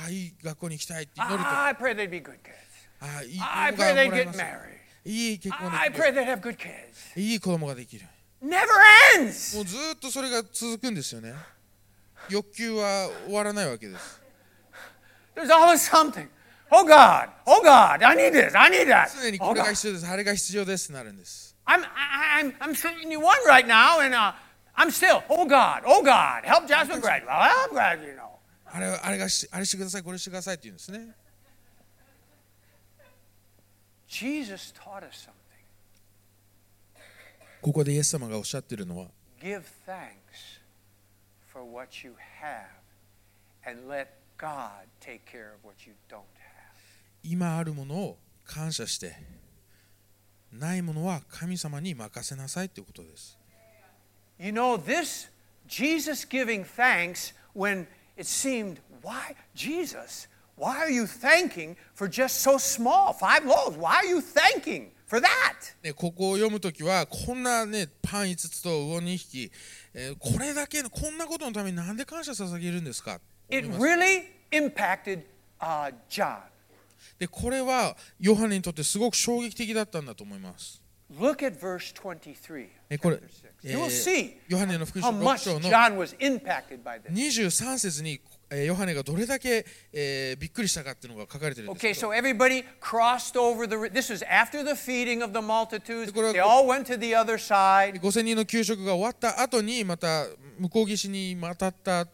B: あいい学校に行きたいって祈るとあ
A: I pray they'd be good kids.
B: いい子
A: I
B: 供
A: pray
B: がも
A: they'd
B: らえ
A: get
B: ます
A: married.
B: いい結
A: I
B: 婚で
A: I
B: きる
A: pray they have good kids.
B: いい子供ができる
A: Never
B: も
A: ends.
B: うずーっとそれが続くんですよね欲求は終わらないわけです
A: There's always something. Oh God, oh God, I need this, I need that.
B: 常にこ
A: Oh
B: れが
A: God.
B: 必要ですあれが必要ですってなるんです
A: I'm, I, I- I'm, I'm 71 right now, and uh, I'm still, oh God, oh God, help Joshua graduate. Well, I'm glad, you know.
B: あれあれがしあれしてくださいこれしてくださいって言うんですね
A: Jesus taught us something.
B: ここでイエス様がおっしゃってるのは
A: Give thanks for what you have and let God take care of what you don't have.
B: 今あるものを感謝してないものは神様に任せなさいということです
A: You know, this Jesus giving thanks when it seemed, why, Jesus, why are you thanking for just so small, five loaves? Why are you thanking for that?
B: ね、ここを読むときはこんなねパン5つと魚2匹、えーこれだけのこんなことのためになんで感謝捧げるんですか
A: It
B: 思います
A: really impacted uh, John.
B: でこれはヨハネにとってすごく衝撃的だったんだと思います。
A: Look at verse 23.
B: えこれ
A: chapter six.、
B: え
A: you will
B: ー
A: see
B: ヨハネの福音
A: how
B: 書
A: much
B: 6章の
A: John was impacted by this.
B: 23節に、えーヨハネがどれだけ、えーびっくりしたかっていうのが書かれてるんですけ
A: Okay,
B: ど
A: so everybody crossed over the. This is after the feeding of the multitudes.
B: これは
A: They all went to the other side.
B: 5000人の給食が終わった後にまた向こう岸に渡った時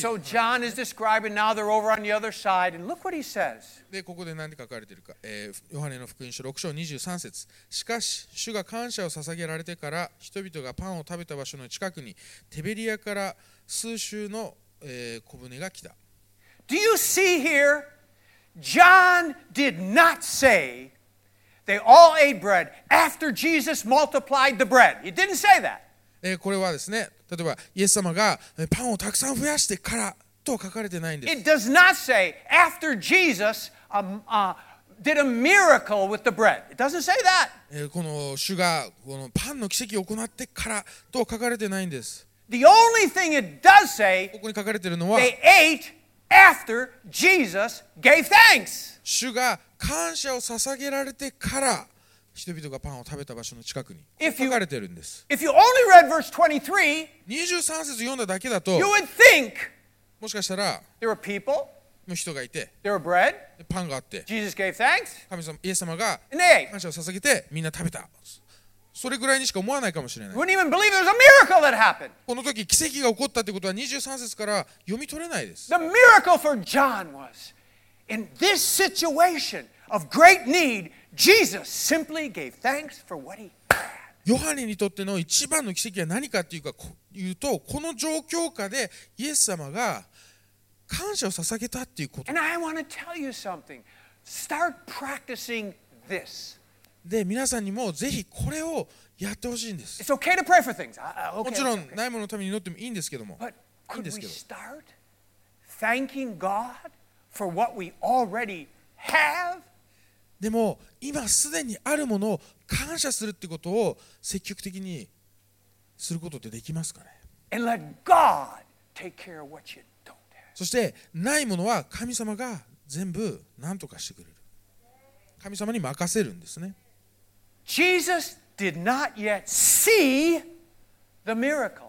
A: So John is describing now they're over on the other side, and look what he says.
B: でここで何て書かれてるか、えーヨハネの福音書6章23節しかし主が感謝を捧げられてから人々がパンを食べた場所の近くにテベリアから数州の、えー小舟が来た
A: Do you see here? John did not say they all ate bread after Jesus multiplied the bread. He didn't say that.
B: えーこれはですね例えばイエス様がえーパンをたくさん増やしてからとは書かれてないんです
A: It does not say after Jesus um, uh, did a miracle with the bread. It doesn't say that.
B: えーこの主がこのパンの奇跡を行ってからとは書かれてないんです
A: The only thing it does say,
B: ここに書かれてるのは
A: they ate after Jesus gave thanks.
B: 主が感謝を捧げられてから人々がパンを食べた場所の近くにこう
A: If you-
B: 書かれてるんです
A: If you only read verse 23,
B: 23節読んだだけだと
A: you would think
B: もしかしたら
A: there were people,
B: もう人がいて
A: there were bread,
B: でパンがあって
A: Jesus gave thanks,
B: 神様イエス様が
A: and they ate.
B: 感謝を捧げてみんな食べたそれぐらいにしか思わないかもしれない
A: Wouldn't even believe there was a miracle that happened.
B: この時奇跡が起こったってことは23節から読み取れないです
A: The miracle for John was in this situation of great need, Jesus simply gave thanks for what he had.
B: ヨハネにとっての一番の奇跡は何かっていうかこいうとこの状況下でイエス様が感謝を捧げたっていうこと
A: And I want to tell you something. Start practicing this.
B: で皆さんにもぜひこれをやってほしいんです
A: It's okay to pray for things. I- I-
B: も
A: okay,
B: ちろ
A: okay,
B: ん
A: okay.
B: ないもののために祈ってもいいんですけども
A: But
B: いい
A: could
B: んです
A: we
B: けど
A: start thanking God for what we already have?
B: でも今すでにあるものを感謝するってことを積極的にすることってできますかね
A: And let God take care of what you don't have.
B: そしてないものは神様が全部何とかしてくれる神様に任せるんですね
A: Jesus did not yet see the miracle.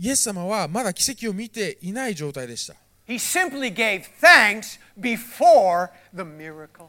B: イエス様はまだ奇跡を見ていない状態でした
A: He simply gave thanks before the miracle.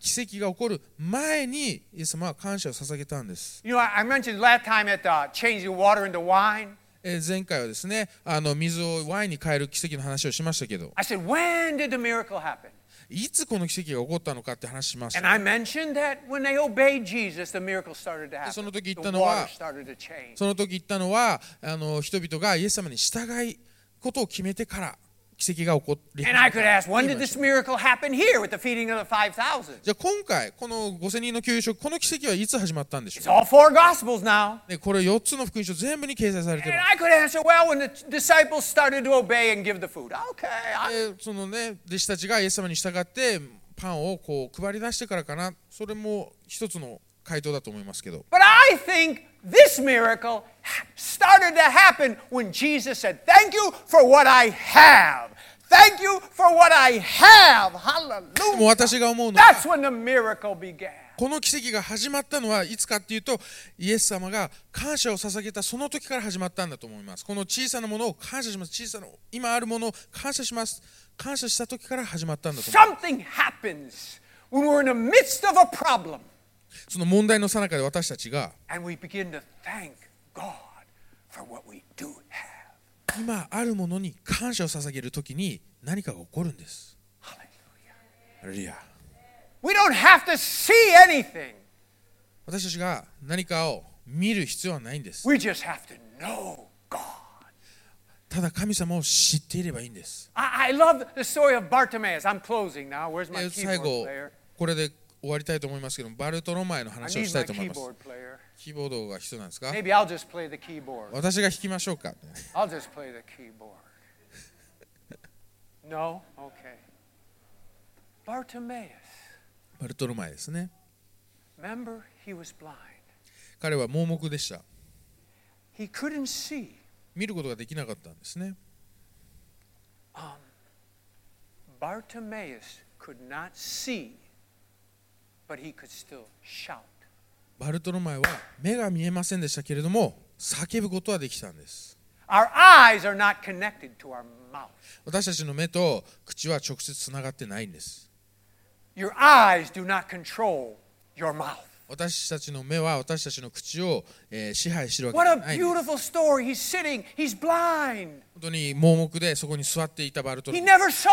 B: 奇跡が起こる前にイエス様は感謝を捧げたんです、
A: You know, I I mentioned last time at uh, changing water into wine.
B: えー前回はですねあの水をワインに変える奇跡の話をしましたけど
A: I said, when did the miracle happen?
B: いつこの奇跡が起こったのかって話しました
A: And I mentioned that when they obeyed Jesus, the miracle started to happen.
B: その時言ったのは、
A: The water started to change.
B: その時言ったのはあの人々がイエス様に従いことを決めてから奇跡が起こり始
A: And
B: め
A: I
B: た
A: could ask, when did this miracle happen here with the feeding of the 5,000?
B: じゃあ今回この5000人の給食この奇跡はいつ始まったんでしょ
A: It's
B: う
A: all four Gospels now.
B: ねこれ4つの福音書全部に掲載されて
A: And
B: る
A: I could answer, well, when the disciples started to obey and give the food. Okay. I,
B: でそのね弟子たちがイエス様に従ってパンをこう配り出してからかなそれも一つの回答だと思いますけど
A: but I think this miracle started to happen when Jesus said, Thank you for what I have. Thank you for what I have.
B: でも
A: Hallelujah.
B: 私が思うのは
A: That's when the miracle began.
B: この奇跡が始まったのはいつかっていうとイエス様が感謝を捧げたその時から始まったんだと思いますこの小さなものを感謝します小さな今あるものを感謝します感謝した時から始まったんだと思いま
A: Something happens when we're in the midst of a problem
B: すその問題の最中で私たちが
A: and we begin to thank God for what we do have.
B: 今あるものに感謝を捧げる時に何かが起こるんです
A: Hallelujah.
B: ハレルヤ
A: We don't have to see anything,
B: 私たちが何かを見る必要はないんです
A: we just have to know God.
B: ただ神様を知っていればいいんです
A: I, I love the story of Bartimaeus. I'm closing now. Where's
B: え
A: my
B: ー最
A: keyboard
B: 後
A: player?
B: これで終わりたいと思いますけどバルトロマエの
A: I
B: 話をし
A: need
B: た
A: my
B: いと思いま
A: keyboard
B: す
A: player.
B: キーボードが必要なんですか
A: Maybe I'll just play the keyboard.
B: 私が弾きましょうか
A: I'll just play the keyboard. No? Okay. Bartimaeus.
B: バルトロマエですね
A: Remember, he was blind.
B: 彼は盲目でした
A: He couldn't see.
B: 見ることができなかったんですね
A: Bartimaeus could not see, but he could still shout.
B: バルトロマエは目が見えませんでしたけれども叫ぶことはできたんです
A: Our eyes are not connected to our mouth.
B: 私たちの目と口は直接つながってないんです
A: Your eyes do not control your mouth.
B: 私たちの目は私たちの口を、えー支配してるわけ
A: What
B: じゃ
A: a
B: ないんです
A: beautiful story. He's sitting, he's blind.
B: 本当に盲目でそこに座っていたバルトロ
A: He
B: マエ
A: never saw a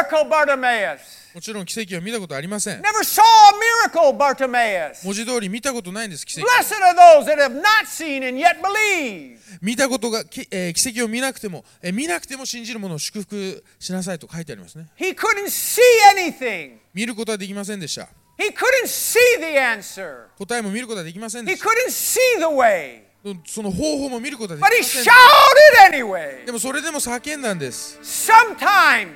A: miracle, Bartimaeus.
B: もちろん奇跡を見たことありません
A: Never saw a miracle, Bartimaeus.
B: 文字通り見たことないんです奇跡
A: Blessed are those that have not seen and yet believe.
B: 見たことが、きえー奇跡を見なくても、えー見なくても信じるものを祝福しなさいと書いてありますね
A: He couldn't see anything.
B: 見ることはできませんでした
A: He couldn't see the answer.
B: 答えも見ることはできません
A: He
B: でし
A: couldn't see the way.
B: たその方法も見ることはでき
A: But
B: ま
A: he
B: せん
A: shouted anyway.
B: でもそれでも叫んだんです
A: Sometimes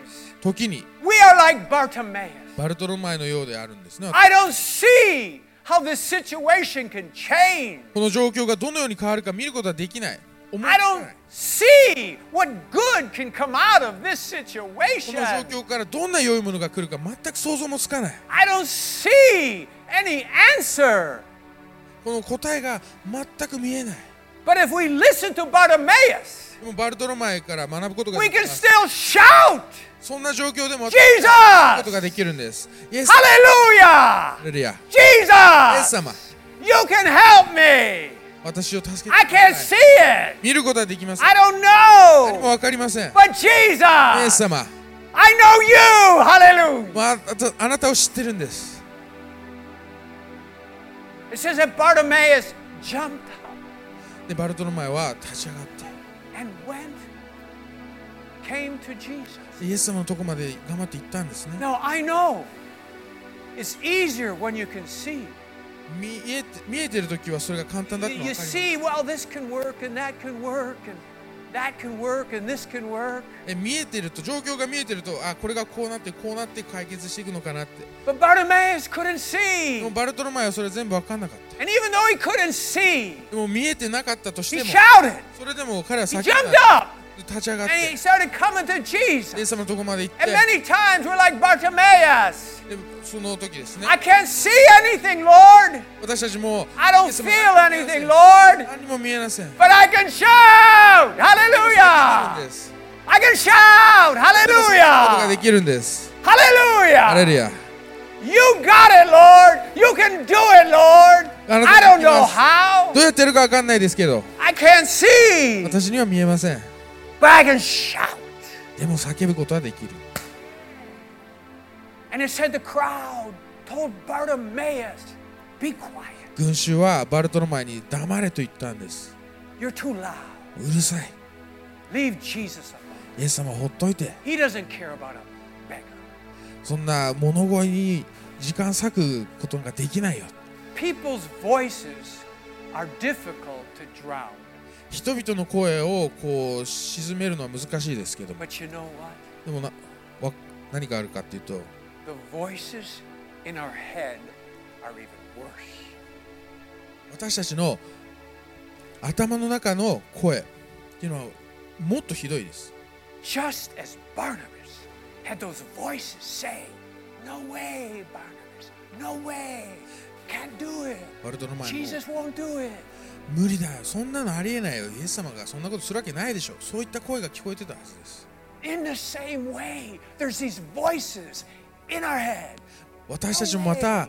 B: 時に
A: we are like Bartimaeus.
B: バルトロマエのようであるんですね
A: I don't see how this situation can change.
B: この状況がどのように変わるか見ることはできない思い
A: I
B: つか
A: don't
B: ない
A: see what good can come out of this
B: こ
A: situation.
B: の状況からどんな良いものが来るか全く想像もつかない
A: I don't see any answer.
B: この答えが全く見えない
A: But if we listen to Bartimaeus,
B: でもバルトロマエから学ぶことが
A: we
B: でき
A: can
B: ます
A: still shout,
B: そんな状況でも私たちはこと
A: Jesus!
B: ができるんですイエスハ
A: Hallelujah!
B: レルヤイエス
A: Jesus!
B: 様
A: You can help me!
B: 私を助けて
A: I
B: くだ
A: can't
B: さ
A: see
B: い
A: it!
B: 見ることはできません
A: I don't
B: 何も
A: know!
B: わかりませんイ
A: But
B: エ
A: Jesus!
B: ス様
A: I know you! Hallelujah!
B: まあ、あとあなたを知ってるんです
A: It says that Bartimaeus jumped up
B: でバルトロマエは立ち上がっ
A: and went, came to Jesus.
B: てイエス様のとこまで頑張って行ったんですね
A: Now I know it's easier when you can see.
B: 見えて見えてる時はそれが簡単だ
A: You,
B: ってのは
A: you
B: 分かります
A: see, well, this can work and that can work and that can work and this can work.
B: え見えてると状況が見えてるとあこれがこうなってこうなって解決していくのかなってで
A: But Bartimaeus couldn't see.
B: もバルトロマエはそれ全部分かんなかっ
A: And even though he couldn't see,
B: たでも見えてなかったとして
A: he
B: も
A: shouted.
B: それでも彼は
A: He
B: 叫ん
A: jumped
B: だ
A: up
B: 立ち上がって
A: and he started coming to
B: イエ
A: Jesus.
B: ス様のとこまで行って
A: And many times we're like Bartimaeus.
B: でその時ですね
A: I can't see anything, Lord.
B: 私たちも
A: I don't
B: イエス様
A: feel anything, Lord.
B: 何も見えません何も見えません
A: But I can shout!
B: あ
A: Hallelujah!
B: るんです
A: I can shout!
B: ことがで
A: Hallelujah!
B: きるんですハレ
A: Hallelujah!
B: ルヤ
A: You got it, Lord! You can do it, Lord!
B: あなたができます。
A: I don't know how.
B: どうやってやるか分かんないですけど
A: I can't see.
B: 私には見えません
A: But I can shout.
B: でも叫ぶことはできる
A: And it said the crowd told Bartimaeus, be quiet.
B: 群衆はバルトロマエに黙れと言ったんです
A: You're too loud.
B: うるさい
A: Leave Jesus alone.
B: イエス様ほっといて
A: He doesn't care about a beggar.
B: そんな物乞いに時間割くことができないよ
A: People's voices are difficult to drown.
B: 人々の声をこう沈めるのは難しいですけども
A: But you know what?
B: でもなわ何があるかっていうと
A: The voices in our head are even worse.
B: 私たちの頭の中の声っていうのはもっとひどいです
A: Just as Barnabas had those voices saying, No way, Barnabas, no way. Can't do it.
B: バルトロマイも
A: Jesus won't do it.
B: 無理だよそんなのありえないよイエス様がそんなことするわけないでしょそういった声が聞こえてたはずです
A: In the same way, there's these voices in our head.
B: 私たちもまたあ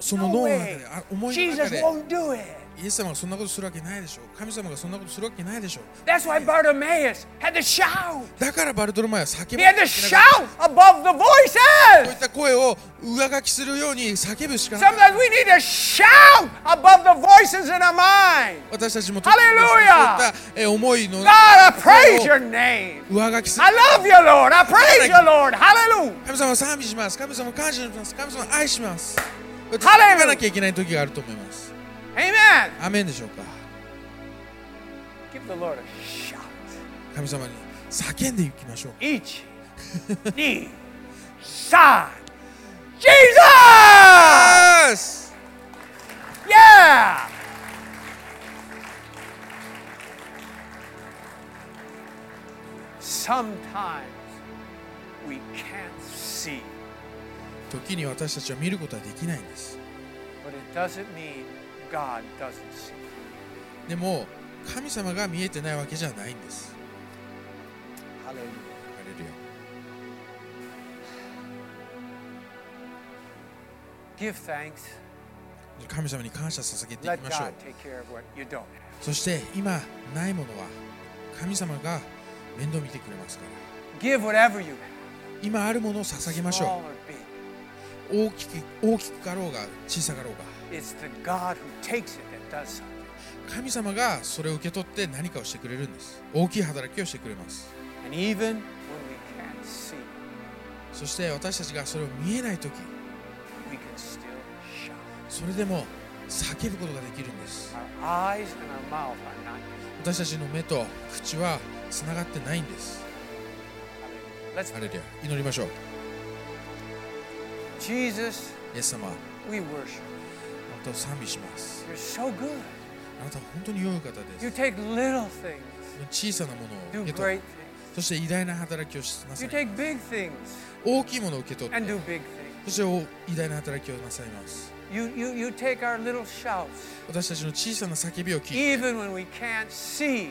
B: その
A: No
B: 脳の中
A: way.
B: であ思いの
A: Jesus
B: 中で
A: won't do it.
B: イエス様がそんなことするわけないでしょ神様がそんなことするわけないでしょ
A: That's why Bartimaeus had to shout.
B: だからバルトロマイは叫ばなき
A: He
B: ゃい
A: had
B: けな
A: to
B: か
A: shout
B: った
A: above the
B: そういっ
A: voices.
B: た声を上書きするように叫ぶしかない
A: Sometimes we need to shout above the voices in our mind.
B: 私たちも
A: Hallelujah!
B: そういったえー思いの
A: God, I
B: Oh.
A: praise your name.
B: 上書きする
A: I love you, Lord. I praise you, Lord. Hallelujah.
B: 神様を賛美します神様を感謝します神様を愛します叫
A: Hallelujah!
B: ばなきゃいけない時があると思います
A: Amen.
B: アーメンでしょうか
A: Give the Lord a shout.
B: 神様に叫んでいきましょう
A: Each, *laughs* knee, side. Jesus!
B: イエス
A: Yeah! Sometimes we can't see,
B: 時に私たちは見ることはできないんです
A: but it doesn't mean God doesn't see.
B: でも神様が見えてないわけじゃないんです
A: Hallelujah.
B: ハレルヤ
A: Give thanks.
B: 神様に感謝捧げていき
A: Let
B: ましょう
A: God take care of what you don't have.
B: そして今ないものは神様が面倒見てくれますから
A: Give whatever you have.
B: 今あるものを捧げまし
A: Small
B: ょ
A: or big.
B: う大きく大きくかろうが小さかろうが
A: It's the God who takes it that does something.
B: 神様がそれを受け取って何かをしてくれるんです大きい働きをしてくれます
A: And even when we can't see,
B: そして私たちがそれを見えない時
A: we can still shout.
B: それでも叫ぶことができるんです
A: Our eyes and our mouth are not used.
B: 私たちの目と口はつながってないんです
A: Hallelujah. Let's
B: ハレルヤ祈りましょう
A: Jesus,
B: イエス様あな
A: we worship. you.
B: たを賛美します
A: You're so good.
B: あなたは本当に良い方です
A: You take little things,
B: 小さなものを
A: do
B: 受け取
A: great
B: り
A: things.
B: そして偉大な働きをしなさ
A: You
B: い
A: take big things
B: 大きいものを受け取っ
A: and
B: て
A: do big things.
B: そしてお偉大な働きをなさいます
A: You, you, you take our little shouts,
B: 私たちの小さな叫びを聞い
A: even when we can't see.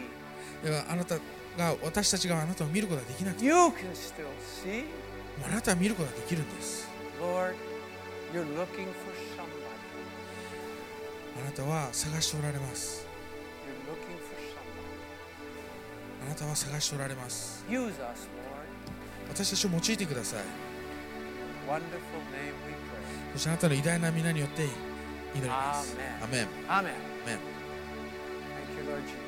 B: てあなたが私たちがあなたを見ることができなくて
A: You can still see.
B: もあなたは見ることができるんです
A: Lord, you're looking for somebody.
B: あなたは探しておられます
A: You're looking for someone.
B: あなたは探しておられます
A: Use us, Lord.
B: 私たちを用いてください
A: Wonderful name we pray.
B: そしてあなたの偉大な皆によって祈ります
A: アーメン
B: アメ
A: Amen.
B: ン Amen.
A: Thank you, Lord Jesus.